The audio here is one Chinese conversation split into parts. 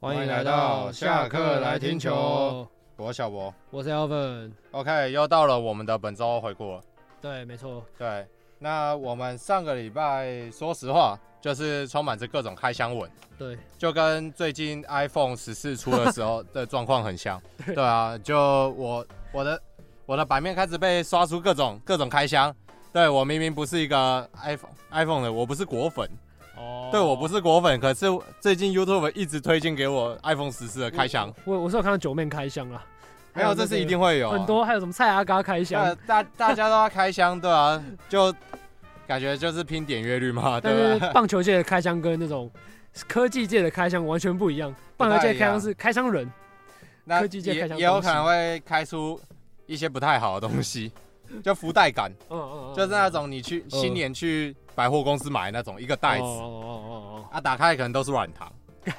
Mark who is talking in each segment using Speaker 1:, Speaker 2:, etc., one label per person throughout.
Speaker 1: 欢迎来到下课来听球，
Speaker 2: 我小博。
Speaker 1: 我是 Alvin。
Speaker 2: OK，又到了我们的本周回顾了。
Speaker 1: 对，没错，
Speaker 2: 对，那我们上个礼拜说实话就是充满着各种开箱文，
Speaker 1: 对，
Speaker 2: 就跟最近 iPhone 十四出的时候的状况很 像。对啊，就我我的我的版面开始被刷出各种各种开箱。对我明明不是一个 iPhone iPhone 的，我不是果粉，
Speaker 1: 哦
Speaker 2: 对我不是果粉，可是最近 YouTube 一直推荐给我 iPhone 十四的开箱，
Speaker 1: 我我是有看到九面开箱啦，
Speaker 2: 没有，
Speaker 1: 还那
Speaker 2: 这
Speaker 1: 个
Speaker 2: 是一定会有啊、啊
Speaker 1: 很多，还有什么蔡阿嘎开
Speaker 2: 那
Speaker 1: 箱，
Speaker 2: 大大家都要开箱，对啊， 就感觉就是拼点阅率嘛，
Speaker 1: 但
Speaker 2: 对
Speaker 1: 是
Speaker 2: 不对？啊
Speaker 1: 棒球界的开箱跟那种科技界的开箱完全不一样，
Speaker 2: 不
Speaker 1: 棒
Speaker 2: 太
Speaker 1: 球界的
Speaker 2: 一
Speaker 1: 开
Speaker 2: 样
Speaker 1: 箱是开箱人，
Speaker 2: 那
Speaker 1: 科技界
Speaker 2: 也
Speaker 1: 开箱
Speaker 2: 也有
Speaker 1: 东西
Speaker 2: 可能会开出一些不太好的东 西，就福袋感，
Speaker 1: 嗯嗯，嗯
Speaker 2: 就是那种你去新年去百货公司买那种一个袋子
Speaker 1: 哦哦哦哦
Speaker 2: 啊，打开可能都是软糖，
Speaker 1: 哦，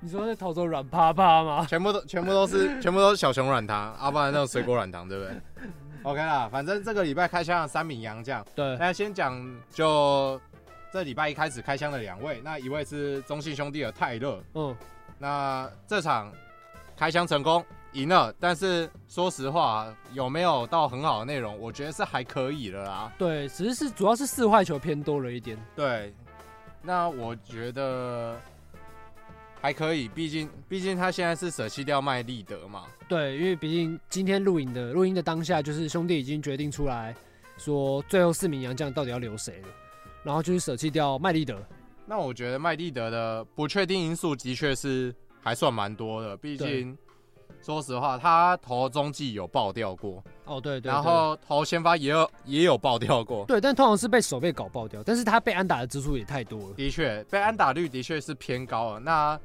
Speaker 1: 你说那头头软趴趴吗？
Speaker 2: 全 部都全部都是全部都是小熊软糖，啊，不然那种水果软糖，对 不对？OK 啦，反正这个礼拜开箱了三名洋将，
Speaker 1: 对，
Speaker 2: 那先讲就这礼拜一开始开箱的两位，那一位是中信兄弟的泰勒。
Speaker 1: 嗯，
Speaker 2: 那这场开箱成功赢了，但是说实话，有没有到很好的内容，我觉得是还可以的啦。
Speaker 1: 对，只是是主要是四坏球偏多了一点，
Speaker 2: 对，那我觉得还可以，毕竟毕竟他现在是舍弃掉麦利德嘛。
Speaker 1: 对，因为毕竟今天录影的录音的当下，就是兄弟已经决定出来说最后四名洋将到底要留谁了，然后就是舍弃掉麦利德。
Speaker 2: 那我觉得麦利德的不确定因素的确是还算蛮多的，毕竟说实话，他投中继有爆掉过，
Speaker 1: 哦，对对对
Speaker 2: 然后投先发也有也有爆掉过。
Speaker 1: 对，但通常是被手背搞爆掉，但是他被安打的支出也太多了。
Speaker 2: 的确，被安打率的确是偏高了。那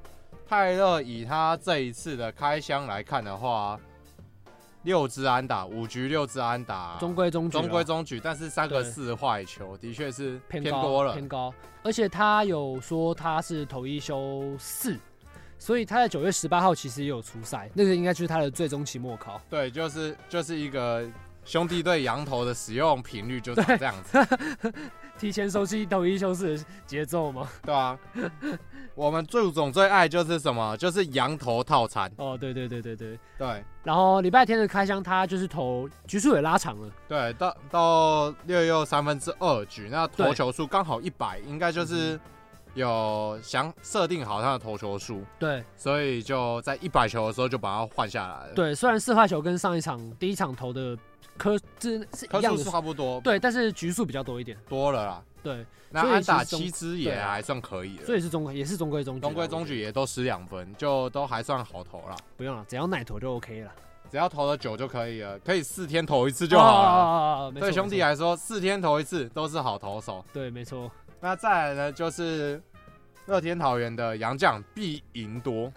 Speaker 2: 泰勒以他这一次的开箱来看的话，六支安打，五局六支安打，
Speaker 1: 中规中矩啦，
Speaker 2: 中规中矩，但是三个
Speaker 1: 对
Speaker 2: 四坏球的确是
Speaker 1: 偏
Speaker 2: 偏
Speaker 1: 高
Speaker 2: 多了
Speaker 1: 偏。高。而且他有说他是头一休四，所以他在九月十八号其实也有出赛，那个应该就是他的最终期末考。
Speaker 2: 对，就是就是一个兄弟队羊头的使用频率就长这样子，
Speaker 1: 提前熟悉头一休四的节奏吗？
Speaker 2: 对啊。我们祝总最爱就是什么？就是羊头套餐。
Speaker 1: 哦，对对对对对。
Speaker 2: 对
Speaker 1: 然后礼拜天的开箱，他就是投局数也拉长了，
Speaker 2: 对，到到六又三分之二局，那投
Speaker 1: 对嗯
Speaker 2: 球数刚好一百，应该就是有想设定好他的投球数，
Speaker 1: 对
Speaker 2: 所以就在一百球的时候就把它换下来了。，
Speaker 1: 对，虽然四坏球跟上一场第一场投的科这是
Speaker 2: 颗
Speaker 1: 一样
Speaker 2: 数
Speaker 1: 的
Speaker 2: 是，差不多，
Speaker 1: 对，但是局数比较多一点，
Speaker 2: 多了啦。
Speaker 1: 对，
Speaker 2: 那
Speaker 1: 所以
Speaker 2: 安打
Speaker 1: 其实中
Speaker 2: 七支也
Speaker 1: 对啊
Speaker 2: 还算可以
Speaker 1: 所
Speaker 2: 了，
Speaker 1: 以是中也是中规中矩啦，
Speaker 2: 中规中矩
Speaker 1: 我觉
Speaker 2: 也都十两分，就都还算好投啦。
Speaker 1: 得，不用了，只要奶头就 OK 了，
Speaker 2: 只要投了九就可以了，可以四天投一次就好
Speaker 1: 啊
Speaker 2: 了。
Speaker 1: 啊啊啊啊没错
Speaker 2: 对兄弟
Speaker 1: 没错
Speaker 2: 来说，四天投一次都是好投手。
Speaker 1: 对，没错，
Speaker 2: 那再来呢，就是乐天桃园的杨将必赢多。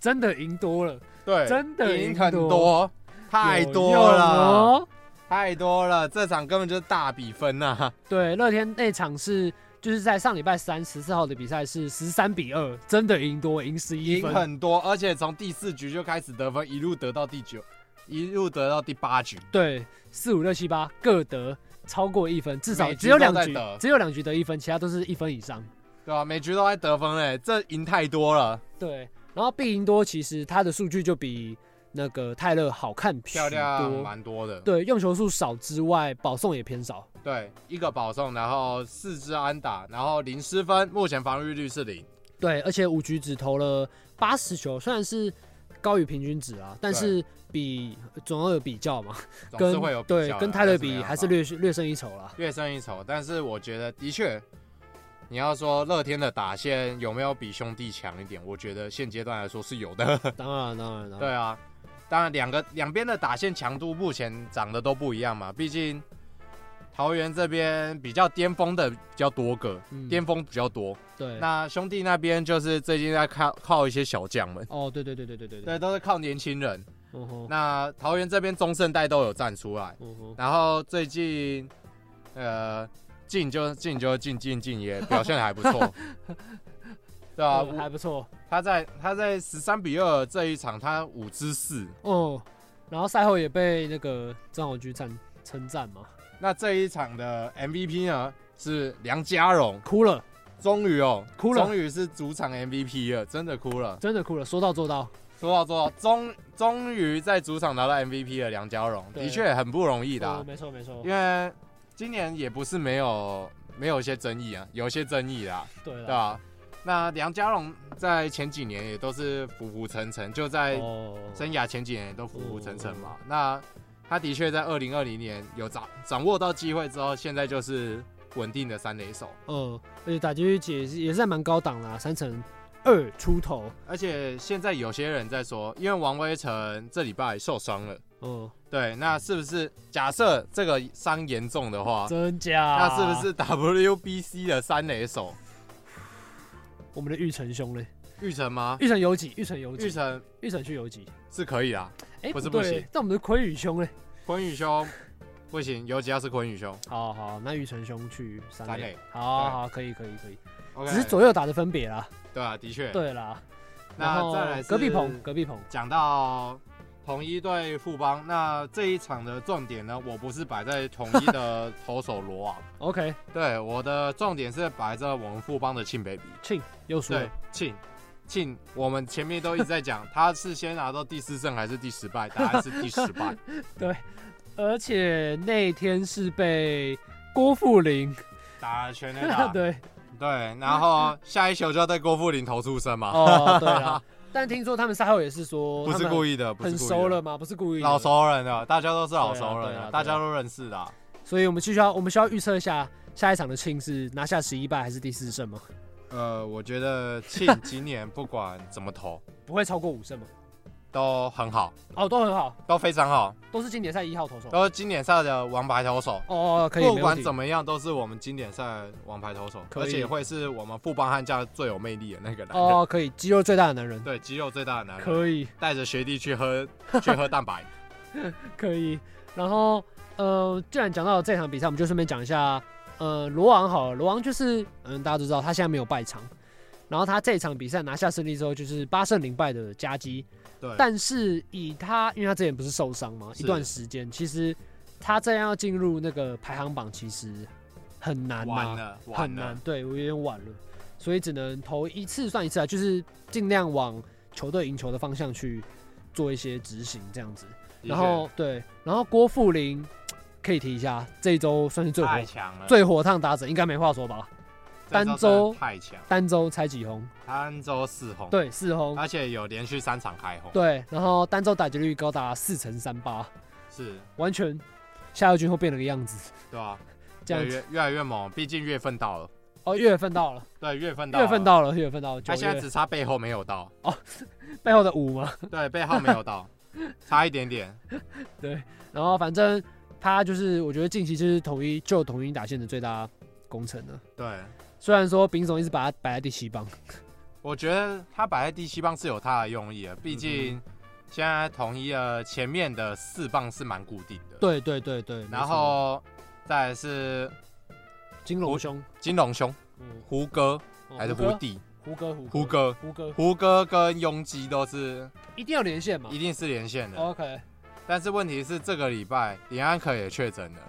Speaker 1: 真的赢多了，
Speaker 2: 对，
Speaker 1: 真的赢
Speaker 2: 赢很
Speaker 1: 多
Speaker 2: 多，太
Speaker 1: 有
Speaker 2: 多
Speaker 1: 用
Speaker 2: 了，
Speaker 1: 哦。
Speaker 2: 太多了，这场根本就是大比分啊呐、
Speaker 1: 对，乐天那场是就是在上礼拜三十四号的比赛是十三比二，真的赢多，赢十一
Speaker 2: 赢
Speaker 1: 分，
Speaker 2: 很多，而且从第四局就开始得分，一路得到第九，一路得到第八局，
Speaker 1: 对，四五六七八各得超过一分，至少
Speaker 2: 每局
Speaker 1: 只有两
Speaker 2: 都在
Speaker 1: 局
Speaker 2: 得，
Speaker 1: 只有两局得一分，其他都是一分以上。
Speaker 2: 对吧、每局都在得分嘞、这赢太多了，
Speaker 1: 对，然后必赢多其实他的数据就比那个泰勒好看许
Speaker 2: 漂亮
Speaker 1: 多，
Speaker 2: 蛮多的。
Speaker 1: 对，用球数少之外，保送也偏少。
Speaker 2: 对，一个保送，然后四支安打，然后零失分，目前防御率是零。
Speaker 1: 对，而且五局只投了八十球，虽然是高于平均值啊，但是比总要有比较嘛，
Speaker 2: 总
Speaker 1: 跟
Speaker 2: 是会有比
Speaker 1: 对
Speaker 2: 较的
Speaker 1: 跟泰勒
Speaker 2: 但没
Speaker 1: 比
Speaker 2: 办
Speaker 1: 还是
Speaker 2: 法
Speaker 1: 略略胜一筹啦。
Speaker 2: 略胜一筹，但是我觉得的确，你要说乐天的打线有没有比兄弟强一点？我觉得现阶段来说是有的。
Speaker 1: 当然，当然，当然，
Speaker 2: 对啊，当然两个两边的打线强度目前长得都不一样嘛，毕竟桃园这边比较巅峰的比较多个，
Speaker 1: 嗯
Speaker 2: 巅峰比较多。
Speaker 1: 对，
Speaker 2: 那兄弟那边就是最近在靠靠一些小将们，
Speaker 1: 哦，对对对对对对对，
Speaker 2: 对，都是靠年轻人。
Speaker 1: 嗯哼，
Speaker 2: 那桃园这边中生代都有站出来。
Speaker 1: 嗯哼，
Speaker 2: 然后最近，呃，进就进就进进进也表现得还不 错，对啊，
Speaker 1: 嗯还不错。
Speaker 2: 他在他在十三比二这一场他五支四，嗯
Speaker 1: 哦，然后赛后也被那个张永居赞称赞嘛，
Speaker 2: 那这一场的 MVP 呢是梁家荣，
Speaker 1: 哭了，
Speaker 2: 终于哦，
Speaker 1: 哭了
Speaker 2: 终于是主场 MVP 了，真的哭了。
Speaker 1: 真的哭了，说到做到。
Speaker 2: 说到做到，终终于在主场拿到 MVP 的梁家荣，
Speaker 1: 对
Speaker 2: 的确很不容易的啊、
Speaker 1: 嗯没错没错，
Speaker 2: 因为今年也不是没有没有一些争议啊，有一些争议啦，
Speaker 1: 对
Speaker 2: 对
Speaker 1: 了，
Speaker 2: 吧、那梁家荣在前几年也都是浮浮沉沉，就在
Speaker 1: 哦，
Speaker 2: 生涯前几年都浮浮沉沉嘛。那他的确在二零二零年有掌掌握到机会之后，现在就是稳定的三垒手，
Speaker 1: 嗯，而且打击率也是也是还蛮高档啦，三成二出头，
Speaker 2: 而且现在有些人在说，因为王威成这礼拜受伤了。
Speaker 1: 嗯，
Speaker 2: 对，那是不是假设这个伤严重的话，
Speaker 1: 真假？
Speaker 2: 啊那是不是 WBC 的三垒手
Speaker 1: 我们的玉成兄嘞？
Speaker 2: 玉成吗？
Speaker 1: 玉成有几？玉成有
Speaker 2: 玉
Speaker 1: 几？
Speaker 2: 成
Speaker 1: 玉成去有几？
Speaker 2: 是可以啦，
Speaker 1: 哎，
Speaker 2: 不是不
Speaker 1: 对
Speaker 2: 行，
Speaker 1: 但我们的昆宇兄嘞？
Speaker 2: 昆宇兄不行，尤其要是昆宇兄
Speaker 1: 好好，那玉成兄去三
Speaker 2: 三
Speaker 1: 垒
Speaker 2: 垒，
Speaker 1: 好好，可以可以可以，
Speaker 2: ，OK，
Speaker 1: 只是左右打的分别啦，
Speaker 2: 对啊，的确。
Speaker 1: 对啦，然
Speaker 2: 那
Speaker 1: 后
Speaker 2: 再来是
Speaker 1: 隔壁棚，隔壁棚，
Speaker 2: 讲到统一对富邦，那这一场的重点呢，我不是摆在统一 的投手罗网，
Speaker 1: OK，
Speaker 2: 对，我的重点是摆在我们富邦的庆 baby，
Speaker 1: 庆又输
Speaker 2: 对
Speaker 1: 了，，
Speaker 2: 庆。庆，我们前面都一直在讲，他是先拿到第四胜还是第十败？答案是第十 败。
Speaker 1: 而且那天是被郭富林，
Speaker 2: 打了全垒 打，
Speaker 1: 对，
Speaker 2: 对，然后下一球就要对郭富林投出身嘛，
Speaker 1: 哦，对啦， 但听说他们赛后也是说，
Speaker 2: 不是故
Speaker 1: 意，
Speaker 2: 意的，不是
Speaker 1: 很
Speaker 2: 故意
Speaker 1: 熟
Speaker 2: 的
Speaker 1: 了，吗？不是故意的，
Speaker 2: 老熟人了，大家都是老
Speaker 1: 对啊
Speaker 2: 熟
Speaker 1: 对
Speaker 2: 人
Speaker 1: 啊对啊
Speaker 2: 了，大家都认识的啊。
Speaker 1: 所以我们需要我们需要预测一下下一场的庆是拿下十一败还是第四胜吗？
Speaker 2: 呃，我觉得庆今年不管怎么投
Speaker 1: 不会超过五胜吗？
Speaker 2: 都很好，
Speaker 1: 哦，都很好，
Speaker 2: 都非常好，
Speaker 1: 都是经典赛一号投手。哦
Speaker 2: 都是经典赛的王牌投手。
Speaker 1: 哦，哦可以，
Speaker 2: 不
Speaker 1: 没问
Speaker 2: 管
Speaker 1: 题
Speaker 2: 怎么样，都是我们经典赛王牌投手，
Speaker 1: 可以
Speaker 2: 而且会是我们富邦悍将最有魅力的那个男人。
Speaker 1: 哦，可以，肌肉最大的男人，
Speaker 2: 对，肌肉最大的男人，
Speaker 1: 可以，
Speaker 2: 带着学弟 去喝去喝蛋白。
Speaker 1: 可以。然后呃，既然讲到这场比赛，我们就顺便讲一下，呃，罗王好了，罗王就是嗯，大家都知道他现在没有败场，然后他这场比赛拿下胜利之后，就是八胜零败的夹击，
Speaker 2: 对，
Speaker 1: 但是以他，因为他之前不是受伤嘛，
Speaker 2: 是
Speaker 1: 一段时间，其实他这样要进入那个排行榜，其实很难
Speaker 2: 完
Speaker 1: 呐、
Speaker 2: 了，
Speaker 1: 很
Speaker 2: 完
Speaker 1: 难
Speaker 2: 了，，
Speaker 1: 对我有点晚了，所以只能投一次算一次啊，就是尽量往球队赢球的方向去做一些执行这样子。
Speaker 2: 的
Speaker 1: 然后对，然后郭富林可以提一下，这一周算是
Speaker 2: 确
Speaker 1: 最火
Speaker 2: 太强了，
Speaker 1: 最火烫打者，应该没话说吧？
Speaker 2: 这
Speaker 1: 单
Speaker 2: 真的
Speaker 1: 周
Speaker 2: 太强，
Speaker 1: 单周才几轰？
Speaker 2: 单周四红，，
Speaker 1: 对，四轰。
Speaker 2: 而且有连续三场开红，
Speaker 1: 对，然后单周打击率高达四成三八，
Speaker 2: 是，
Speaker 1: 完全夏耀军会变了个样子，
Speaker 2: 对吧？
Speaker 1: 这样
Speaker 2: 越
Speaker 1: 子。
Speaker 2: 来越越来越猛，毕竟月份到了，
Speaker 1: 哦，月份到了，
Speaker 2: 对，月份到了，
Speaker 1: 月份，到了，月份到了，九
Speaker 2: 他现在
Speaker 1: 月
Speaker 2: 只差背后没有到，
Speaker 1: 背后的五嘛。
Speaker 2: 对，背后没有到，差一点点，
Speaker 1: 然后反正他就是，我觉得近期就是统一就统一打线的最大功臣了。
Speaker 2: 对，
Speaker 1: 虽然说丙总一直把他摆在第七棒，
Speaker 2: 我觉得他摆在第七棒是有他的用意的，毕
Speaker 1: 嗯
Speaker 2: 竟现在统一的前面的四棒是蛮固定的，，
Speaker 1: 对对对对，没
Speaker 2: 然
Speaker 1: 错
Speaker 2: 后再来是
Speaker 1: 金龙兄，
Speaker 2: 金龙兄、
Speaker 1: 嗯，
Speaker 2: 胡哥
Speaker 1: 哦
Speaker 2: 还是
Speaker 1: 胡
Speaker 2: 胡
Speaker 1: 歌
Speaker 2: 弟、
Speaker 1: 胡歌胡
Speaker 2: 胡
Speaker 1: 歌
Speaker 2: 哥。
Speaker 1: 胡歌
Speaker 2: 胡歌跟拥基都是
Speaker 1: 一定要连线嘛
Speaker 2: 一定是连线的，
Speaker 1: ？OK，
Speaker 2: 但是问题是这个礼拜林安可也确诊了，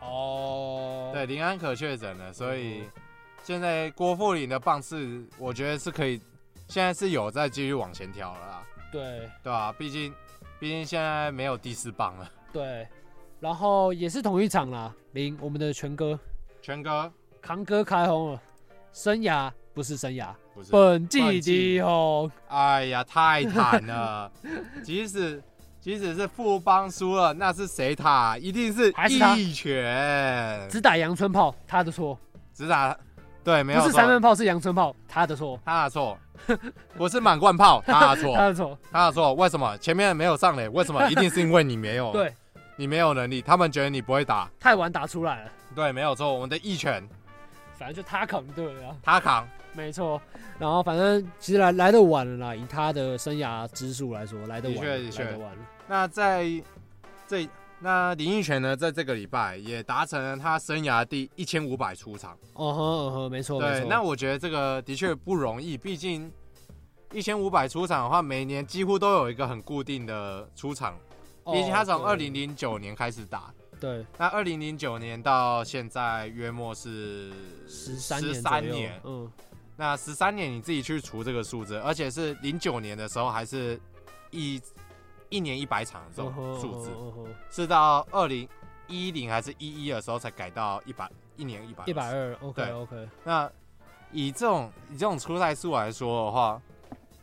Speaker 1: 哦，
Speaker 2: 对，林安可确诊了，所以现在郭富林的棒次，我觉得是可以，现在是有在继续往前调了啦，
Speaker 1: 对
Speaker 2: 对吧、毕竟，毕竟现在没有第四棒了，
Speaker 1: 对，然后也是同一场啦，零我们的全哥
Speaker 2: 全哥
Speaker 1: 扛哥开轰了，生涯不是生涯，
Speaker 2: 不是，
Speaker 1: 本季
Speaker 2: 本季
Speaker 1: 第轰，
Speaker 2: 哎呀，太惨了， 即使。即使是富邦输了，那是谁打？一定是
Speaker 1: 还是他
Speaker 2: 一拳，
Speaker 1: 只打阳春炮，他的错，
Speaker 2: 只打对，没有
Speaker 1: 不是
Speaker 2: 错
Speaker 1: 三分炮是阳春炮，他的错，
Speaker 2: 他的错，不是满贯炮，他的
Speaker 1: 他
Speaker 2: 错，
Speaker 1: 的错，
Speaker 2: 他的错。为什么前面没有上垒？为什么？一定是因为你没 有，
Speaker 1: 对，
Speaker 2: 你没有能力，他们觉得你不会打。
Speaker 1: 太晚打出来了，
Speaker 2: 对，没有错，我们的一拳
Speaker 1: 反正就他扛对了啊。
Speaker 2: 他扛，
Speaker 1: 没错，然后反正其实来来的晚了啦，以他的生涯支数来说，来的晚了，
Speaker 2: 的确的确
Speaker 1: 来的晚了。
Speaker 2: 那在这那林奕泉呢，在这个礼拜也达成了他生涯第一千五百出场。
Speaker 1: 哦呵哦呵，没错没
Speaker 2: 对
Speaker 1: 错。，
Speaker 2: 那我觉得这个的确不容易，毕竟一千五百出场的话，每年几乎都有一个很固定的出场。
Speaker 1: 哦
Speaker 2: 毕竟他从
Speaker 1: 对
Speaker 2: 二零零九年开始打，
Speaker 1: 对，
Speaker 2: 那二零零九年到现在约莫是
Speaker 1: 十三
Speaker 2: 十
Speaker 1: 年左
Speaker 2: 三
Speaker 1: 右
Speaker 2: 年，
Speaker 1: 嗯，
Speaker 2: 那十三年你自己去除这个数字，而且是零九年的时候还是一一年一百场的这
Speaker 1: 嗯哼
Speaker 2: 种数字，
Speaker 1: 嗯哼嗯哼
Speaker 2: 是到二零一零还是一一的时候才改到一百一年一百
Speaker 1: 一百。二，OK
Speaker 2: 对
Speaker 1: OK，
Speaker 2: 那以这种以这种出赛数来说的话，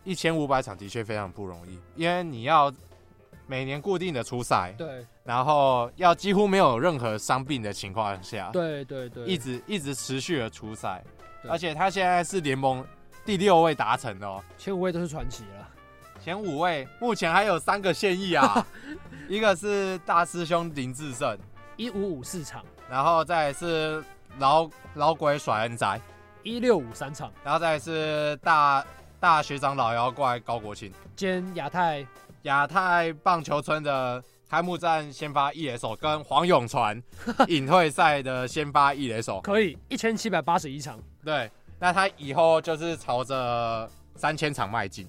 Speaker 2: 一千五百场的确非常不容易，因为你要每年固定的出赛，
Speaker 1: 对
Speaker 2: 然后要几乎没有任何伤病的情况下，
Speaker 1: 对对对，
Speaker 2: 一直一直持续的出赛，
Speaker 1: 对
Speaker 2: 而且他现在是联盟第六位达成的哦，
Speaker 1: 前五位都是传奇了，
Speaker 2: 前五位目前还有三个现 役啊，一个是大师兄林志胜，
Speaker 1: 一五五四场，
Speaker 2: 然后再来是老老鬼甩恩宅，
Speaker 1: 一六五三场，
Speaker 2: 然后再来是大大学长老妖怪高国庆，
Speaker 1: 兼亚太
Speaker 2: 亚太棒球村的。开幕战先发一垒手跟黄永 传隐退赛的先发一垒手，
Speaker 1: 可以一千七百八十一场，
Speaker 2: 对，那他以后就是朝着三千场迈进，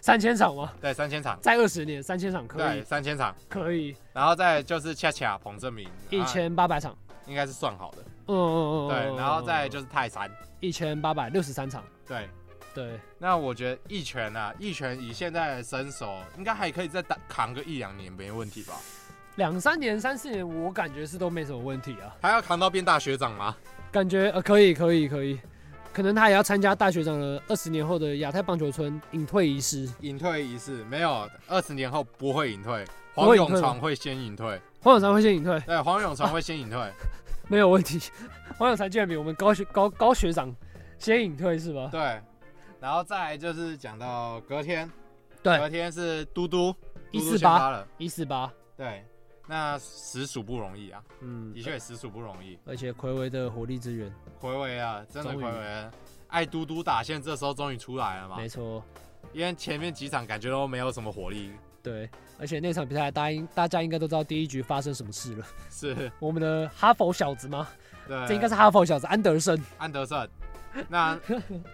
Speaker 1: 三千场吗？
Speaker 2: 对，三千场，
Speaker 1: 在二十年三千场可
Speaker 2: 对，
Speaker 1: 以
Speaker 2: 三千场，
Speaker 1: 可以
Speaker 2: 然后再就是恰恰彭正明，
Speaker 1: 一
Speaker 2: 啊
Speaker 1: 千八百场，
Speaker 2: 应该是算好的，
Speaker 1: 嗯嗯嗯，
Speaker 2: 对，然后再就是泰山，
Speaker 1: 一千八百六十三场，
Speaker 2: 对，
Speaker 1: 对，
Speaker 2: 那我觉得一拳啊，一拳以现在的身手，应该还可以再打扛个一两年没问题吧？
Speaker 1: 两三年三四年我感觉是都没什么问题啊，
Speaker 2: 还要扛到变大学长吗？
Speaker 1: 感觉呃可以可以可以，可能他也要参加大学长的二十年后的亚太棒球村隐退仪式。
Speaker 2: 隐退仪式没有，二十年后不会隐退，
Speaker 1: 不
Speaker 2: 黄
Speaker 1: 会隐退
Speaker 2: 永传会先隐退，
Speaker 1: 黄永才会先隐退，
Speaker 2: 对，黄永传会先隐退，
Speaker 1: 没有问题。 黄永才竟然比我们高学高高学长先隐退是吧？
Speaker 2: 对，然后再来就是讲到隔天，
Speaker 1: 对，
Speaker 2: 昨天是嘟嘟
Speaker 1: 148
Speaker 2: 嘟嘟先发了，
Speaker 1: 一四八，
Speaker 2: 对，那实属不容易啊，
Speaker 1: 嗯
Speaker 2: 的，确实属不容易。
Speaker 1: 而且暌违的火力支援，
Speaker 2: 回味啊，真的
Speaker 1: 终
Speaker 2: 回
Speaker 1: 于
Speaker 2: 味啊，爱嘟嘟打线这时候终于出来了嘛
Speaker 1: 没，错，
Speaker 2: 因为前面几场感觉都没有什么火力，
Speaker 1: 对。而且那场比赛，大家应大家应该都知道第一局发生什么事了。
Speaker 2: 是，
Speaker 1: 我们的哈佛小子吗？
Speaker 2: 对，
Speaker 1: 这应该是哈佛小子安德森。
Speaker 2: 安德胜。那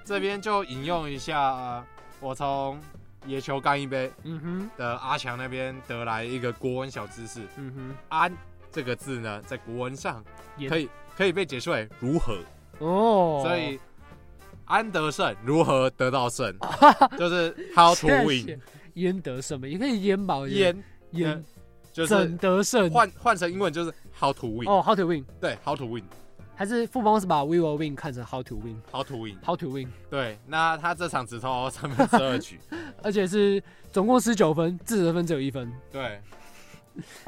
Speaker 2: 这边就引用一下呃我从野球干一杯
Speaker 1: 嗯哼，
Speaker 2: 的阿强那边得来一个国文小知识，
Speaker 1: 嗯哼，
Speaker 2: 安这个字呢，在国文上
Speaker 1: 也
Speaker 2: 可以可以被解释为如何。
Speaker 1: 哦，
Speaker 2: 所以安德胜如何得 到胜，就是 how
Speaker 1: 谢
Speaker 2: to
Speaker 1: 谢
Speaker 2: win
Speaker 1: 焉得胜嘛，也可以焉吧，我觉得
Speaker 2: 烟，
Speaker 1: 焉
Speaker 2: 就是
Speaker 1: 怎得胜。
Speaker 2: 换换成英文就是 how to win，
Speaker 1: 哦，How to win，
Speaker 2: 对，how to win，how
Speaker 1: 还是富邦是把 We will win 看成 How to win，How
Speaker 2: to win，
Speaker 1: to win，
Speaker 2: 对，那他这场只投三分之二 局，
Speaker 1: 而且是总共十九分，自责分只有一分，
Speaker 2: 对，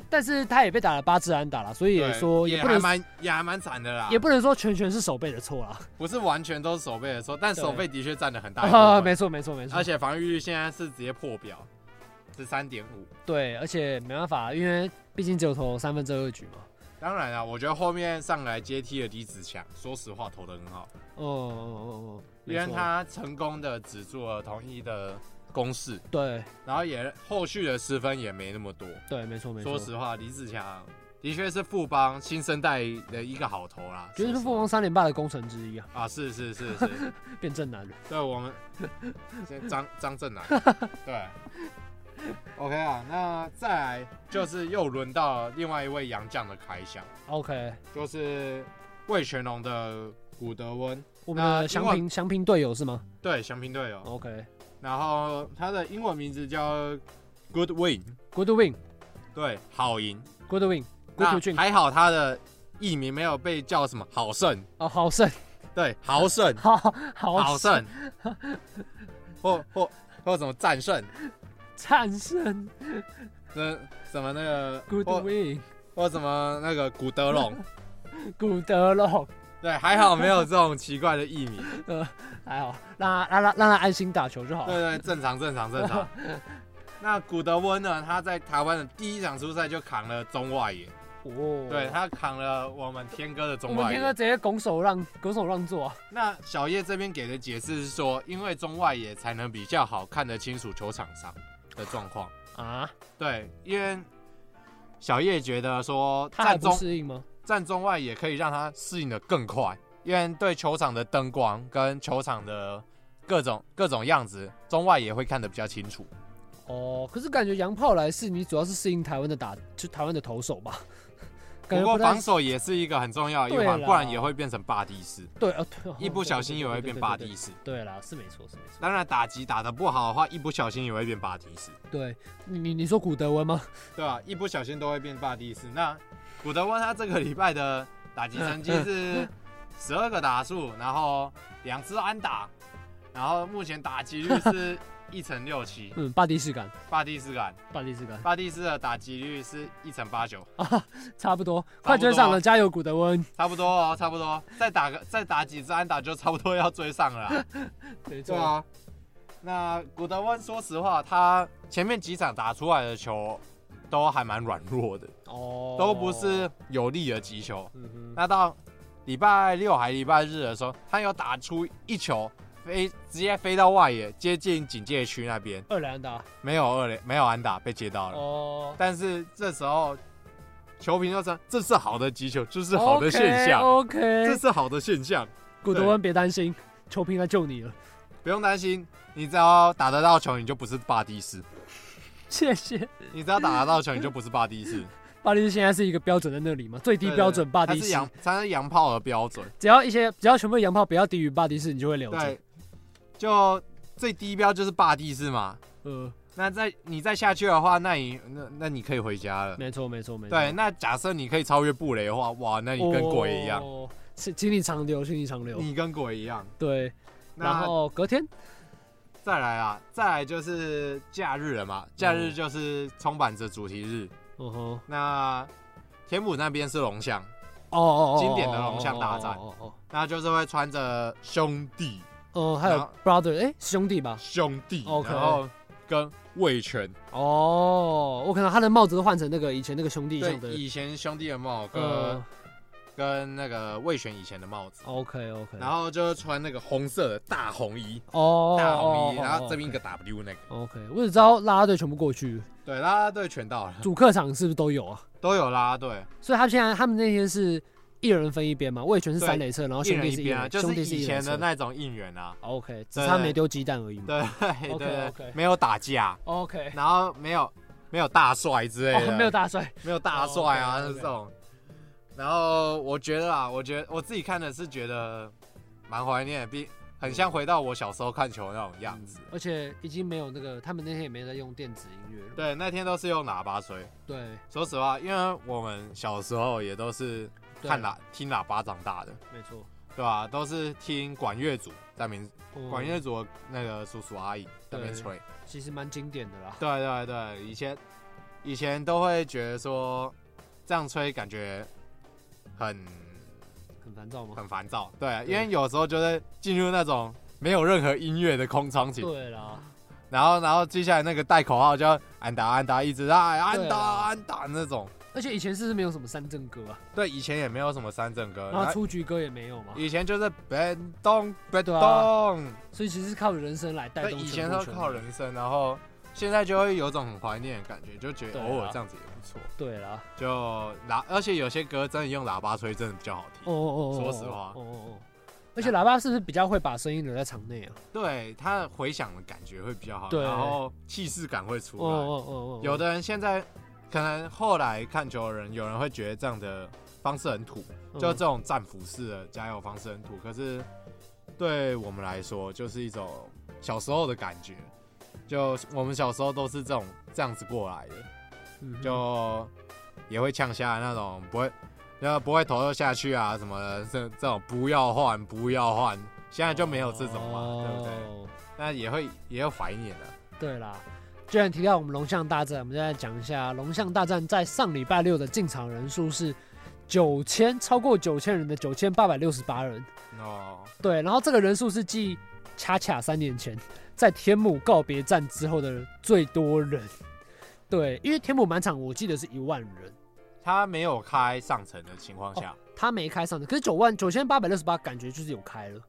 Speaker 1: 但是他也被打了八支安打了，所以也
Speaker 2: 对
Speaker 1: 说
Speaker 2: 也
Speaker 1: 不
Speaker 2: 还
Speaker 1: 能
Speaker 2: 蛮也还蛮惨的啦，
Speaker 1: 也不能说全全是手背的错啦。
Speaker 2: 不是完全都是守备的错，但
Speaker 1: 对
Speaker 2: 守备的确占了很大一
Speaker 1: 啊，
Speaker 2: 部分，
Speaker 1: 没错没错没错
Speaker 2: 而，且防御率现在是直接破表，十三点五。
Speaker 1: 对，而且没办法，因为毕竟只有投三分之二局嘛。
Speaker 2: 当然啊，我觉得后面上来接替的李子强，说实话投的很好。
Speaker 1: 哦哦哦哦，没
Speaker 2: 因为
Speaker 1: 错
Speaker 2: 他成功的止住了统一的攻势，
Speaker 1: 对
Speaker 2: 然后也后续的失分也没那么多。
Speaker 1: 对没错没错
Speaker 2: 说，实话，李子强的确是富邦新生代的一个好头啦，
Speaker 1: 绝对是
Speaker 2: 说实话
Speaker 1: 富邦三连霸的功臣之一啊，
Speaker 2: 啊，是是是是，
Speaker 1: 变正男了。
Speaker 2: 对 我们先张张正南，对，OK 啊，那再来就是又轮到另外一位洋将的开箱，
Speaker 1: OK，
Speaker 2: 就是魏全龙的古德温，
Speaker 1: 我们
Speaker 2: 那
Speaker 1: 的
Speaker 2: 另
Speaker 1: 祥
Speaker 2: 外
Speaker 1: 平祥平队友是吗
Speaker 2: 对，翔平队友，
Speaker 1: 哦？OK，Good
Speaker 2: 然后他的英文名字叫 Goodwin。
Speaker 1: win，Good
Speaker 2: 对，好赢。
Speaker 1: win，Good
Speaker 2: 那
Speaker 1: to win。
Speaker 2: 还好他的艺名没有被叫什么好胜，
Speaker 1: 哦，好胜， ，
Speaker 2: 对，豪胜
Speaker 1: 好 好
Speaker 2: 好胜，或或或什么战胜，
Speaker 1: 战胜
Speaker 2: 那什么那个
Speaker 1: Good
Speaker 2: 或
Speaker 1: win，
Speaker 2: 或什么那个古德 龙，
Speaker 1: 古德龙，
Speaker 2: 对，还好没有这种奇怪的艺名，
Speaker 1: 还好，让他让他让他安心打球就好
Speaker 2: 对
Speaker 1: 了。
Speaker 2: 对，正常正常正常。 那古德温呢？他在台湾的第一场初赛就扛了中外野，
Speaker 1: 哦，
Speaker 2: 对，他扛了我们天哥的
Speaker 1: 我
Speaker 2: 中
Speaker 1: 们
Speaker 2: 外
Speaker 1: 天哥
Speaker 2: 野。
Speaker 1: 直接拱手让拱手让座啊。
Speaker 2: 那小叶这边给的解释是说，因为中外野才能比较好看得清楚球场上的状况。
Speaker 1: 啊，
Speaker 2: 对，因为小叶觉得说
Speaker 1: 他还
Speaker 2: 站
Speaker 1: 不
Speaker 2: 中
Speaker 1: 适应吗？
Speaker 2: 站中外野可以让他适应的更快，因为对球场的灯光跟球场的各种各种样子，中外野会看得比较清楚。
Speaker 1: 哦，可是感觉洋炮来是你主要是适应台湾的打，就台湾的投手吧？感觉
Speaker 2: 不过
Speaker 1: 太
Speaker 2: 防守也是一个很重要的一
Speaker 1: 对
Speaker 2: 环，
Speaker 1: 啦
Speaker 2: 不然也会变成霸地士，
Speaker 1: 对啊，对哦
Speaker 2: 一不小心也会变霸地。
Speaker 1: 对对
Speaker 2: 士。
Speaker 1: 对对对对对啦，是没错，是没错。
Speaker 2: 当然，打击打得不好的话，一不小心也会变霸地士，
Speaker 1: 对你你你说古德温吗？
Speaker 2: 对吧、一不小心都会变霸地士。那古德温他这个礼拜的打击成绩 是十二个打数，然后两次安打，然后目前打击率是一成六七，
Speaker 1: 嗯，巴蒂士感，
Speaker 2: 霸地士感，
Speaker 1: 巴蒂士感，
Speaker 2: 霸地士的打击率是一成八九，
Speaker 1: 差不多，
Speaker 2: 差不多啊
Speaker 1: 快追上了，加油，古德温。
Speaker 2: 差不多哦，差不多，再打个再打几支安打就差不多要追上了啦。
Speaker 1: 没
Speaker 2: 对，啊，那古德温说实话，他前面几场打出来的球都还蛮软弱的，
Speaker 1: 哦，
Speaker 2: 都不，是有力的击球。
Speaker 1: 嗯哼，
Speaker 2: 那到礼拜六还礼拜日的时候，他有打出一球飞，直接飞到外野，接近警戒区那边，
Speaker 1: 二兰达，
Speaker 2: 没有二垒，没有安打被接到了。
Speaker 1: 哦，
Speaker 2: 但是这时候球评就说：“这是好的击球，这是好的现象，
Speaker 1: OK，哦
Speaker 2: 这是好的现象，
Speaker 1: 古德温别担心，球评来救你了，
Speaker 2: 不用担心。你只要打得到球，你就不是霸地士。”
Speaker 1: 谢谢。
Speaker 2: 你只要打得到球，你就不是霸地士。
Speaker 1: 巴蒂士现在是一个标准在那里嘛，最 低标准霸
Speaker 2: 他
Speaker 1: 蒂
Speaker 2: 是
Speaker 1: 士，
Speaker 2: 洋，他是洋炮的标准。
Speaker 1: 只要一些只要全部洋炮不要低于巴蒂士，你就会了解
Speaker 2: 对。，就最低标就是霸地士嘛。
Speaker 1: 呃，
Speaker 2: 那再你再下去的话，那你那那你可以回家了。
Speaker 1: 没错没错没错。
Speaker 2: 对，那假设你可以超越布雷的话，哇，那你跟鬼一样，
Speaker 1: 哦，是请你长流，请你长流。
Speaker 2: 你跟鬼一样。
Speaker 1: 对，然
Speaker 2: 那
Speaker 1: 后隔天，
Speaker 2: 再来啊，再来就是假日了嘛，假日就是冲板子主题日。
Speaker 1: 嗯哼，哦
Speaker 2: 那天母那边是龙象，
Speaker 1: 哦哦，哦
Speaker 2: 经典的龙象大战
Speaker 1: 哦哦哦
Speaker 2: 那就是会穿着兄弟
Speaker 1: 哦，哦还有
Speaker 2: 然后
Speaker 1: brother，哎，兄弟吧？
Speaker 2: 兄弟
Speaker 1: OK
Speaker 2: 然后跟魏权
Speaker 1: 哦，我看到他的帽子都换成那个以前那个兄弟
Speaker 2: 对
Speaker 1: 像的，
Speaker 2: 以前兄弟的帽跟、
Speaker 1: 呃
Speaker 2: 跟那个魏权以前的帽子，
Speaker 1: ，OK OK，
Speaker 2: 然后就穿那个红色的大红衣，
Speaker 1: 哦，
Speaker 2: 大红衣，
Speaker 1: 哦
Speaker 2: 然后这边
Speaker 1: 哦
Speaker 2: 一。个 W 那个，
Speaker 1: OK，我只知道啦啦队全部过去，
Speaker 2: 对，啦啦队全到了，
Speaker 1: 主客场是不是都有啊？
Speaker 2: 都有啦啦队，
Speaker 1: 所以他现在他们那天是一人分一边嘛，魏全是三垒侧，然后
Speaker 2: 一
Speaker 1: 兄
Speaker 2: 人
Speaker 1: 弟
Speaker 2: 一
Speaker 1: 是一
Speaker 2: 边啊，
Speaker 1: 垒，
Speaker 2: 就
Speaker 1: 兄
Speaker 2: 是
Speaker 1: 弟是
Speaker 2: 以
Speaker 1: 一垒
Speaker 2: 前的
Speaker 1: 侧。
Speaker 2: 那种应援啊，
Speaker 1: OK，只是他
Speaker 2: 对
Speaker 1: 没丢鸡蛋而已嘛。
Speaker 2: 对对
Speaker 1: OK，OK
Speaker 2: 对，没有打架，
Speaker 1: OK，
Speaker 2: 然后没有没有大帅之类
Speaker 1: 哦，
Speaker 2: 的，
Speaker 1: 没有大帅，
Speaker 2: 没有大帅啊
Speaker 1: 哦
Speaker 2: 那
Speaker 1: ，OK，OK
Speaker 2: 种。然后我觉得啊，我觉得我自己看的是觉得蛮怀念，比很像回到我小时候看球那种样子。
Speaker 1: 而且已经没有那个，他们那天也没在用电子音乐了。
Speaker 2: 对，那天都是用喇叭吹。
Speaker 1: 对
Speaker 2: 说实话，因为我们小时候也都是
Speaker 1: 对，
Speaker 2: 看喇听喇叭长大的，
Speaker 1: 没错，
Speaker 2: 对吧？都是听管乐组在民
Speaker 1: 嗯
Speaker 2: 管乐组的那个叔叔阿姨在那边
Speaker 1: 对
Speaker 2: 吹。
Speaker 1: 其实蛮经典的啦。
Speaker 2: 对对对，以前以前都会觉得说这样吹感觉很
Speaker 1: 很烦躁吗？
Speaker 2: 很烦躁，对，
Speaker 1: 对
Speaker 2: 因为有时候就是进入那种没有任何音乐的空窗期，
Speaker 1: 对啦，
Speaker 2: 然后然后接下来那个带口号叫安达安达，一直啊安
Speaker 1: 对
Speaker 2: 达
Speaker 1: 啊
Speaker 2: 安达那种。
Speaker 1: 而且以前是不是没有什么三正歌啊，
Speaker 2: 对，以前也没有什么三正歌，
Speaker 1: 然
Speaker 2: 然
Speaker 1: 后
Speaker 2: 后
Speaker 1: 出局歌也没有嘛，
Speaker 2: 呃以前就是本动本
Speaker 1: 对啊
Speaker 2: 动，
Speaker 1: 所以其实是靠人生来带
Speaker 2: 对，
Speaker 1: 动。
Speaker 2: 以前都靠。人声，然后现在就会有种很怀念的感觉，就觉得
Speaker 1: 对啊
Speaker 2: 偶尔这样子也不错。
Speaker 1: 对啦，
Speaker 2: 就喇，而且有些歌真的用喇叭吹，真的比较好
Speaker 1: 哦
Speaker 2: 听。
Speaker 1: 哦哦，
Speaker 2: 说实话
Speaker 1: 哦哦哦，而且喇叭是不是比较会把声音留在场内啊？
Speaker 2: 对，它的回响的感觉会比较好，
Speaker 1: 对
Speaker 2: 然后气势感会出
Speaker 1: 哦
Speaker 2: 来。
Speaker 1: 哦哦哦，
Speaker 2: 有的人现在可能后来看球的人，有人会觉得这样的方式很土，
Speaker 1: 嗯
Speaker 2: 就这种战斧式的加油方式很土。可是对我们来说，就是一种小时候的感觉。就我们小时候都是这种这样子过来的，
Speaker 1: 嗯哼
Speaker 2: 就也会呛下那种不会，就不会投入下去啊什么的，这这种不要换不要换，现在就没有这种嘛，对不对？
Speaker 1: 哦
Speaker 2: 那也会也会怀念的、
Speaker 1: 对啦，既然提到我们龙象大战，我们现在讲一下龙象大战在上礼拜六的进场人数是九千，超过九千人的九千八百六十八人。
Speaker 2: 哦。
Speaker 1: 对，然后这个人数是继恰恰三年前在天母告别战之后的最多人。对，因为天母满场我记得是一万人，
Speaker 2: 他没有开上层的情况下，
Speaker 1: 他没开上的，可是九万九千八百六十八感觉就是有开了，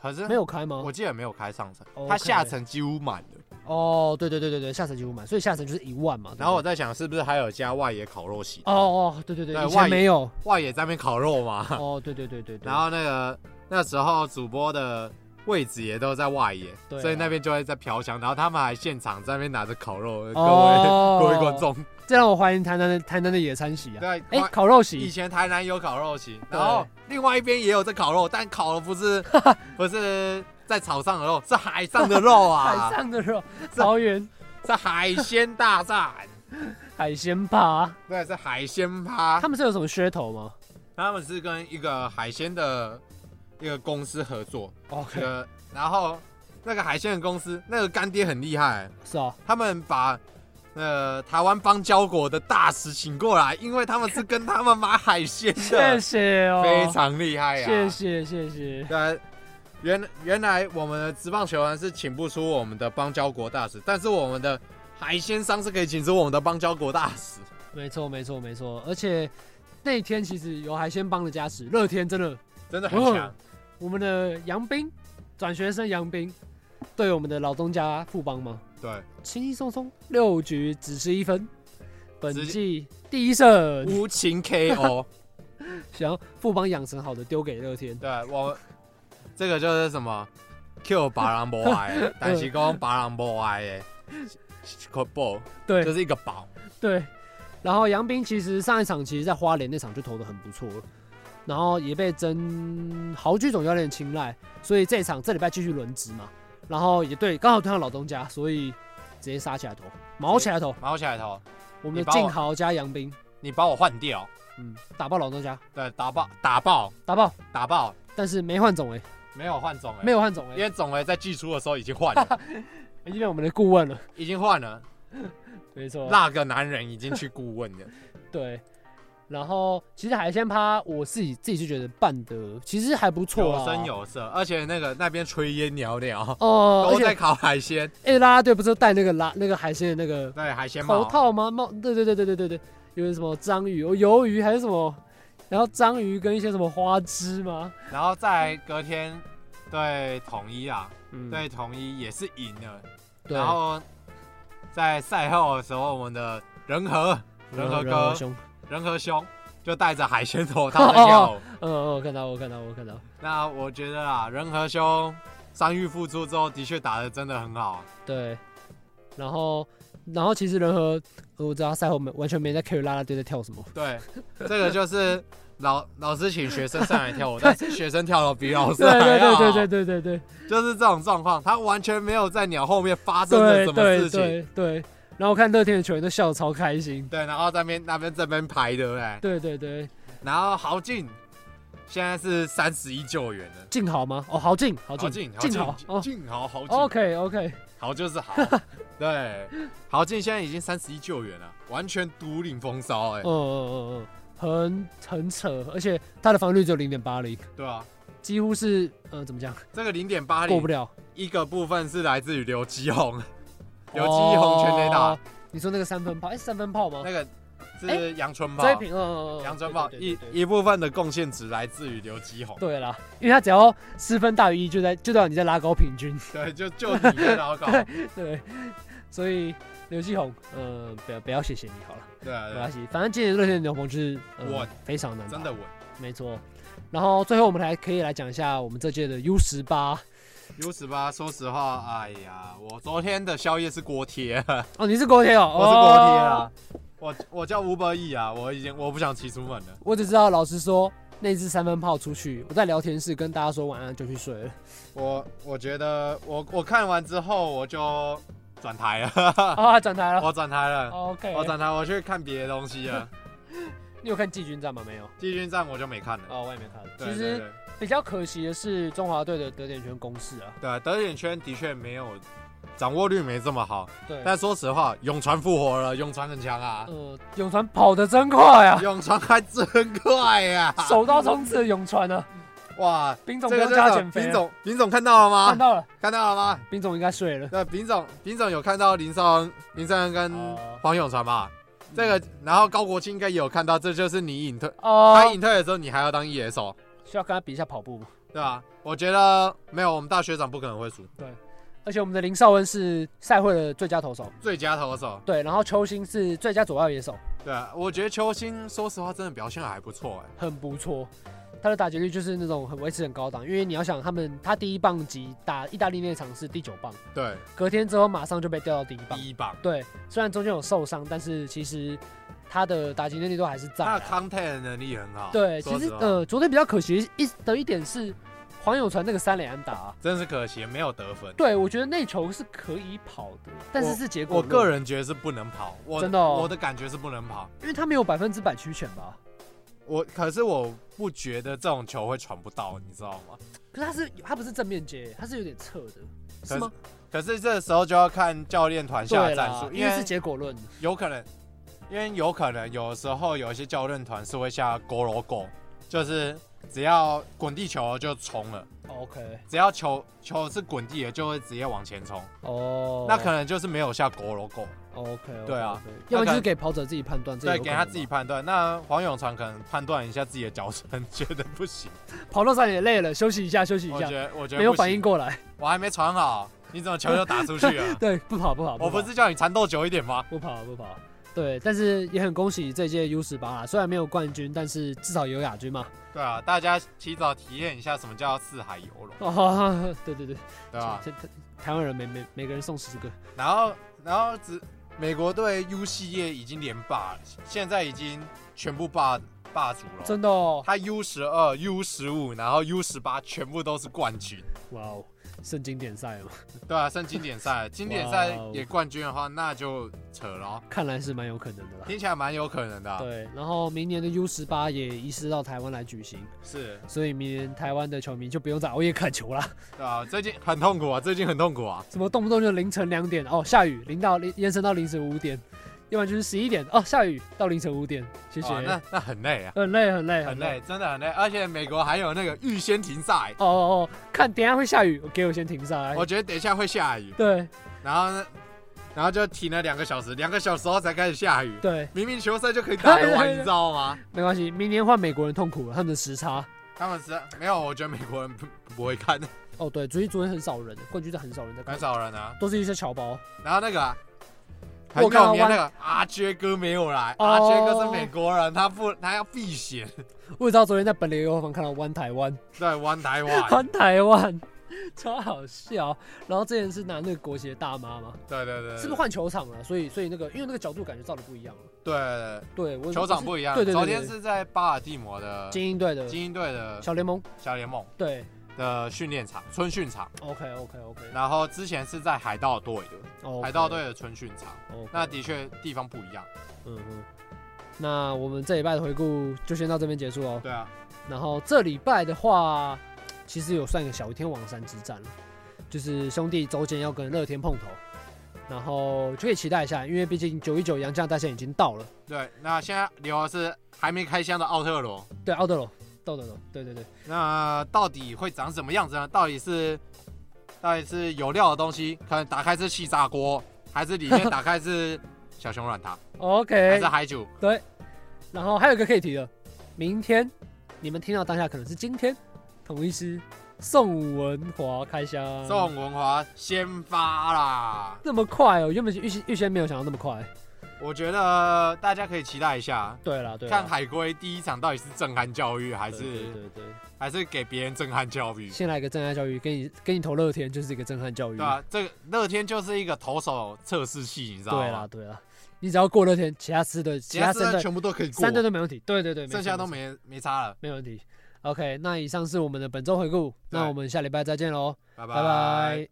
Speaker 2: 可是
Speaker 1: 没有哦开吗
Speaker 2: 我？记得没有开上层，
Speaker 1: OK
Speaker 2: 它嗯哦下层几乎满了。
Speaker 1: 哦，对对对对对，下层几乎满，所以下层就是一万嘛。对不对
Speaker 2: 然后我在想，是不是还有加外野烤肉席？
Speaker 1: 哦哦，对对对，
Speaker 2: 对
Speaker 1: 以
Speaker 2: 外
Speaker 1: 前
Speaker 2: 野
Speaker 1: 没有。
Speaker 2: 外野在那边烤肉嘛。
Speaker 1: 哦，对对对对对。
Speaker 2: 然后那个那时候主播的位置也都在外野，
Speaker 1: 对啊
Speaker 2: 所以那边就会在飘香，然后他们还现场在那边拿着烤肉，各位、
Speaker 1: 哦
Speaker 2: 各位观众，
Speaker 1: 这让我怀疑台南的台南的野餐席啊，
Speaker 2: 对，
Speaker 1: 哎、
Speaker 2: 哇
Speaker 1: 烤肉
Speaker 2: 以
Speaker 1: 席，
Speaker 2: 前台南有烤肉席，然后另外一边也有在烤肉，但烤的 不是不是在草上的肉，是海上的肉
Speaker 1: 海
Speaker 2: 啊，
Speaker 1: 上的肉，桃园
Speaker 2: 是海鲜大战，
Speaker 1: 海鲜趴，
Speaker 2: 对，是海鲜趴
Speaker 1: 他。们是有什么噱头吗
Speaker 2: 他们是跟一个海鲜的一个公司合作，这
Speaker 1: ？OK，
Speaker 2: 个然后那个海鲜的公司，那个干爹很厉害，
Speaker 1: 是哦，
Speaker 2: 他们把呃台湾邦交国的大使请过来，因为他们是跟他们买海鲜
Speaker 1: 谢
Speaker 2: 的，
Speaker 1: 谢哦，
Speaker 2: 非常厉害呀、
Speaker 1: 谢谢谢谢，
Speaker 2: 对，原原来我们的职棒球员是请不出我们的邦交国大使，但是我们的海鲜商是可以请出我们的邦交国大使。
Speaker 1: 没错没错没错，而且那天其实有海鲜帮的加持，乐天真的，
Speaker 2: 真的很强
Speaker 1: 哦，我们的杨斌转学生杨斌对我们的老东家富邦嘛，
Speaker 2: 对，
Speaker 1: 轻轻松松六局只失一分，本
Speaker 2: 直接
Speaker 1: 季第一胜，
Speaker 2: 无情 KO。
Speaker 1: 想要富邦养成好的丢给乐天，
Speaker 2: 对我，这个就是什么 Q 巴郎博爱，但是讲巴郎博爱 的，可宝
Speaker 1: 对
Speaker 2: 就是一个宝，
Speaker 1: 对，然后杨斌其实上一场其实，在花莲那场就投的很不错了，然后也被曾豪居总教练青睐，所以这一场这礼拜继续轮值嘛，然后也对，刚好对上老东家，所以直接杀起来投，毛起来投，
Speaker 2: 毛起来头，
Speaker 1: 我们的
Speaker 2: 你把我
Speaker 1: 静豪加杨斌，
Speaker 2: 你把我换掉，
Speaker 1: 嗯，打爆老东家，
Speaker 2: 对，打爆打爆
Speaker 1: 打爆，
Speaker 2: 打爆，
Speaker 1: 但是没换总哎、
Speaker 2: 没有换总哎、
Speaker 1: 没有换总哎、
Speaker 2: 因为总哎在季初的时候已经 换了，
Speaker 1: 因为我们的顾问了，
Speaker 2: 已经换了，
Speaker 1: 没错，
Speaker 2: 那个男人已经去顾问 了，
Speaker 1: 对。然后其实海鲜趴，我自己自己就觉得办的其实还不错
Speaker 2: 有
Speaker 1: 啊，
Speaker 2: 声有色，而且那个那边炊烟袅袅，
Speaker 1: 哦，而
Speaker 2: 都
Speaker 1: 且
Speaker 2: 在烤海鲜，
Speaker 1: 哎、啦啦队不是戴那个拉那个海鲜的那个
Speaker 2: 对，海鲜
Speaker 1: 头
Speaker 2: 帽，啊
Speaker 1: 套吗？帽？对对对对对对对，有什么章鱼、哦鱿鱼还是什么？然后章鱼跟一些什么花枝吗？
Speaker 2: 然后在隔天对统一啊，
Speaker 1: 嗯，
Speaker 2: 对统一也是赢了。
Speaker 1: 对，
Speaker 2: 然后在赛后的时候，我们的仁和仁和哥
Speaker 1: 兄，
Speaker 2: 仁和兄就戴着海鲜头套 在跳舞。
Speaker 1: 嗯嗯，我看到我看到我看到，
Speaker 2: 那我觉得啊，仁和兄伤愈复出之后，的确打的真的很好。
Speaker 1: 对，然后然后其实人和呃我知道他赛后没完全没在 care 啦啦队在跳什么，
Speaker 2: 对，这个就是老老师请学生上来 跳舞，但是学生跳的比老师
Speaker 1: 对
Speaker 2: 还
Speaker 1: 对
Speaker 2: 啊要好，
Speaker 1: 对对对对对
Speaker 2: 就是这种状况，他完全没有在鸟后面发生了
Speaker 1: 对
Speaker 2: 什么
Speaker 1: 对
Speaker 2: 事情。
Speaker 1: 对对，然后我看乐天的球员都笑得超开心，
Speaker 2: 对，然后在那边那边这边排的哎，
Speaker 1: 对对对，
Speaker 2: 然后豪进现在是三十一救援了。
Speaker 1: 静好吗？哦，好静好
Speaker 2: 好
Speaker 1: 静
Speaker 2: 进，
Speaker 1: 静好
Speaker 2: 进
Speaker 1: 哦
Speaker 2: 进好好进，
Speaker 1: ，OK OK，
Speaker 2: 好就 是好。对，好进现在已经三十一救援了，完全独领风骚哎、
Speaker 1: 嗯嗯嗯嗯，很很扯，而且他的防御率只有零点八零，
Speaker 2: 对啊，
Speaker 1: 几乎是呃怎么讲
Speaker 2: 这个零点八
Speaker 1: 过不
Speaker 2: 零，
Speaker 1: 了。
Speaker 2: 一个部分是来自于刘基宏，刘基宏全垒打
Speaker 1: 哦，你说那个三分炮，哎、是三分炮吗？
Speaker 2: 那个
Speaker 1: 哎
Speaker 2: 是杨春
Speaker 1: 追
Speaker 2: 茂，
Speaker 1: 平，嗯嗯嗯，
Speaker 2: 杨春茂
Speaker 1: 对对
Speaker 2: 一
Speaker 1: 对对
Speaker 2: 一部分的贡献值来自于刘基 宏，
Speaker 1: 对啦，因为他只要失分大于一，就在就代表你在拉高平均，
Speaker 2: 对，就就你在祷告，
Speaker 1: 对，所以刘继宏，呃，不要不要谢谢你好了，
Speaker 2: 对啊
Speaker 1: 没
Speaker 2: 对啊
Speaker 1: 关，系，反正今年的热天牛棚就是、呃、
Speaker 2: 稳
Speaker 1: 非常难打，
Speaker 2: 真的稳
Speaker 1: 没错。然后最后我们来可以来讲一下我们这届的 U 十八
Speaker 2: U 十八，说实话，哎呀，我昨天的宵夜是锅贴。
Speaker 1: 哦，你是国铁哦，
Speaker 2: 我是啊锅贴
Speaker 1: 哦
Speaker 2: 啦，我我叫吴伯义啊，我已经我不想骑出门了。
Speaker 1: 我只知道老师说那只三分炮出去，我在聊天室跟大家说晚安就去睡了。
Speaker 2: 我我觉得我我看完之后我就转台 了，
Speaker 1: 啊，转台了。
Speaker 2: 我转台了，
Speaker 1: 哦 OK，
Speaker 2: 我哦转台我去看别的东西了。
Speaker 1: 你有看季军战吗？没有。
Speaker 2: 季军战我就没看了。
Speaker 1: 哦，我也没看。
Speaker 2: 对
Speaker 1: 其
Speaker 2: 对
Speaker 1: 实
Speaker 2: 对
Speaker 1: 比较可惜的是中华队的得点圈攻势啊。
Speaker 2: 对德点圈的确没有掌握率没这么好，
Speaker 1: 对。
Speaker 2: 但说实话，永传复活了，永传很强啊，
Speaker 1: 呃，永传跑得真快 啊，
Speaker 2: 永传还真快呀、
Speaker 1: 手刀冲刺的永传啊，
Speaker 2: 哇，
Speaker 1: 丙
Speaker 2: 啊这
Speaker 1: 总不
Speaker 2: 个
Speaker 1: 用
Speaker 2: 就
Speaker 1: 加
Speaker 2: 是
Speaker 1: 减肥
Speaker 2: 丙
Speaker 1: 了。
Speaker 2: 总，啊丙总看到了
Speaker 1: 看
Speaker 2: 吗？
Speaker 1: 到了，
Speaker 2: 看到了吗？
Speaker 1: 丙总应该睡了。
Speaker 2: 那丙总，丙总有看到林少恩、林少恩跟
Speaker 1: 哦嗯
Speaker 2: 黄永传吧？这个，然后高国庆应该也有看到，这就是你隐退，
Speaker 1: 哦
Speaker 2: 他，隐退的时候，你还要当野手，
Speaker 1: 需要跟他比一下跑步吗？
Speaker 2: 对吧？我觉得没有，我们大学长不可能会输，
Speaker 1: 而且我们的林少恩是赛会的最佳投手，
Speaker 2: 最佳投手。
Speaker 1: 对，然后邱兴是最佳左外野手，
Speaker 2: 对啊，我觉得邱兴说实话真的表现得还不错，哎，
Speaker 1: 很不错。他的打击率就是那种很维持很高档，因为你要想他们他第一棒级打意大利那场是第九棒，
Speaker 2: 对，
Speaker 1: 隔天之后马上就被调到第一棒。
Speaker 2: 第一棒。
Speaker 1: 对，虽然中间有受伤，但是其实他的打击能力都还是在
Speaker 2: 他
Speaker 1: 啊
Speaker 2: 的。contact 的能力很好，
Speaker 1: 对，
Speaker 2: 说
Speaker 1: 其实
Speaker 2: 实话
Speaker 1: 呃，昨天比较可惜一的一点是黄友传那个三连安打、啊，
Speaker 2: 真是可惜没有得分。
Speaker 1: 对我觉得那球是可以跑的，但是是结果
Speaker 2: 我
Speaker 1: 论
Speaker 2: 个人觉得是不能跑，我
Speaker 1: 真的哦
Speaker 2: 我的感觉是不能跑。
Speaker 1: 因为他没有百分之百曲权吧，
Speaker 2: 我可是我不觉得这种球会传不到，你知道吗？
Speaker 1: 可是他是他不是正面接，他是有点侧的，
Speaker 2: 可
Speaker 1: 是吗？
Speaker 2: 可是这时候就要看教练团下
Speaker 1: 对
Speaker 2: 的战
Speaker 1: 啦
Speaker 2: 术，，
Speaker 1: 因
Speaker 2: 因
Speaker 1: 为是
Speaker 2: 为
Speaker 1: 结果论，
Speaker 2: 有可能，因为有可能有时候有一些教练团是会下 go l go，就是只要滚地球就冲了，
Speaker 1: OK，
Speaker 2: 只要球球是滚地的就会直接往前冲，
Speaker 1: 哦，
Speaker 2: 那可能就是没有下 go l go，
Speaker 1: OK，
Speaker 2: 对啊，
Speaker 1: 要不然就
Speaker 2: 那可能
Speaker 1: 是给跑者自己判断，这也
Speaker 2: 对，
Speaker 1: 有
Speaker 2: 给
Speaker 1: 可
Speaker 2: 他
Speaker 1: 能
Speaker 2: 自己
Speaker 1: 吧
Speaker 2: 判断。那黄永传可能判断一下自己的脚程，觉得 不行，
Speaker 1: 跑到三也累了，休息一下，休息一
Speaker 2: 我
Speaker 1: 下
Speaker 2: 觉，得我觉得
Speaker 1: 没有
Speaker 2: 不
Speaker 1: 反
Speaker 2: 行
Speaker 1: 应，过来，？
Speaker 2: 我还没传好，你怎么球就打出去了
Speaker 1: 对，不跑不跑，
Speaker 2: 我
Speaker 1: 不
Speaker 2: 不
Speaker 1: 跑
Speaker 2: 是叫你缠斗久一点吗？
Speaker 1: 不跑不跑，对，但是也很恭喜这届 U 十八啦，虽然没有冠军，但是至少有亚军嘛，
Speaker 2: 对啊，大家提早体验一下什么叫四海游龙，
Speaker 1: 哦， 对对对，
Speaker 2: 对啊吧、
Speaker 1: 这这台湾人每每每个人送十个，
Speaker 2: 然后，然后只美国队 U 系列已经连霸了，现在已经全部霸霸主了。
Speaker 1: 真的哦，
Speaker 2: 他 U 十二、U 十五，然后 U 十八全部都是冠军，
Speaker 1: 哇哦，圣经典赛哦嘛，
Speaker 2: 对啊，剩经 典赛，经典赛
Speaker 1: 哇哦
Speaker 2: 也冠军的话，那就扯了哦，
Speaker 1: 看来是蛮有可能的啦。
Speaker 2: 听起来蛮有可能的啊、
Speaker 1: 对，然后明年的 U 十八也移师到台湾来举行，
Speaker 2: 是，
Speaker 1: 所以明年台湾的球迷就不用再熬夜看球啦。
Speaker 2: 对啊，最近很痛苦啊，最近很痛苦啊，
Speaker 1: 什么动不动就凌晨两点哦，下雨，淋到凌延伸到凌晨五点，要不然就是十一点哦，下雨到凌晨五点，谢谢。
Speaker 2: 哇那那很累啊，
Speaker 1: 很累很累
Speaker 2: 很
Speaker 1: 累。
Speaker 2: 累，真的很累，而且美国还有那个预先停赛，
Speaker 1: 哦哦哦，看等一下会下雨，我给我先停下来。
Speaker 2: 我觉得等一下会下雨，
Speaker 1: 对
Speaker 2: 然后呢，然后就停了两个小时，两个小时后才开始下雨。
Speaker 1: 对，
Speaker 2: 明明球赛就可以打得
Speaker 1: 对对
Speaker 2: 完，
Speaker 1: 对
Speaker 2: 你知道吗？
Speaker 1: 没关系，明年换美国人痛苦了，他们的时差。
Speaker 2: 他们是没有，我觉得美国人不不会看，
Speaker 1: 哦对，昨天昨天很少人，冠军赛很少人在看
Speaker 2: 很，少人啊。
Speaker 1: 都是一些侨胞。
Speaker 2: 然后那个、啊、很
Speaker 1: 我
Speaker 2: 有
Speaker 1: 看到
Speaker 2: 名的那个阿杰哥没有来，
Speaker 1: 哦
Speaker 2: 阿杰哥是美国人，他不他要避险，
Speaker 1: 我也知道昨天在本联优方看到 One 台湾。
Speaker 2: 对，One 台湾，
Speaker 1: 环台湾，超好笑。然后之前是拿那个国旗的大妈嘛，
Speaker 2: 对对对，对
Speaker 1: 是不是？换球场了？所以所以那个因为那个角度感觉照的不一样了。
Speaker 2: 对对
Speaker 1: 对，我
Speaker 2: 对，球场不一样。
Speaker 1: 对对对对
Speaker 2: 昨天是在巴尔的摩的
Speaker 1: 精英队的
Speaker 2: 呃精英队的
Speaker 1: 小联盟，
Speaker 2: 小联盟
Speaker 1: 对
Speaker 2: 的训练场春训场，
Speaker 1: ，OK OK OK，
Speaker 2: 然后之前是在海盗队的。
Speaker 1: 哦，
Speaker 2: 海盗队的春训场，
Speaker 1: OK，
Speaker 2: 那的确地方不一样。
Speaker 1: 嗯嗯。那我们这礼拜的回顾就先到这边结束哦。
Speaker 2: 对啊，
Speaker 1: 然后这礼拜的话，其实有算一个小天王山之战了，就是兄弟周间要跟乐天碰头，然后就可以期待一下，因为毕竟九一九洋将大限已经到了。
Speaker 2: 对，那现在留的是还没开箱的奥特罗，
Speaker 1: 对，奥德罗，豆豆豆，对对对，
Speaker 2: 那到底会长什么样子呢？到底是到底是有料的东西，可能打开是气炸锅，还是里面打开是小熊 软糖，还
Speaker 1: OK，
Speaker 2: 是海啊酒？
Speaker 1: 然后还有一个可以提的，明天你们听到当下可能是今天，统一师宋文华开箱，
Speaker 2: 宋文华先发啦！
Speaker 1: 那么快哦，原本预先预先没有想到那么快。
Speaker 2: 我觉得大家可以期待一下，
Speaker 1: 对啦，对啦，啊
Speaker 2: 看海龟第一场到底是震撼教育，还
Speaker 1: 对对
Speaker 2: 是
Speaker 1: 对对，
Speaker 2: 还是给别人震撼教育？
Speaker 1: 先来一个震撼教育，给你给你投乐天就是一个震撼教育。
Speaker 2: 对啊，这个乐天就是一个投手测试器，你知道吗？
Speaker 1: 对啦对啦，你只要过乐天，其他四队其
Speaker 2: 其
Speaker 1: 他
Speaker 2: 他
Speaker 1: 三队
Speaker 2: 三队全部都可以过
Speaker 1: 三，队都没问题。对对对，没
Speaker 2: 剩下
Speaker 1: 错
Speaker 2: 都没没差了。
Speaker 1: 没问题。OK，那以上是我们的本周回顾，那
Speaker 2: 对
Speaker 1: 我们下礼拜再见喽，
Speaker 2: 拜
Speaker 1: 拜拜。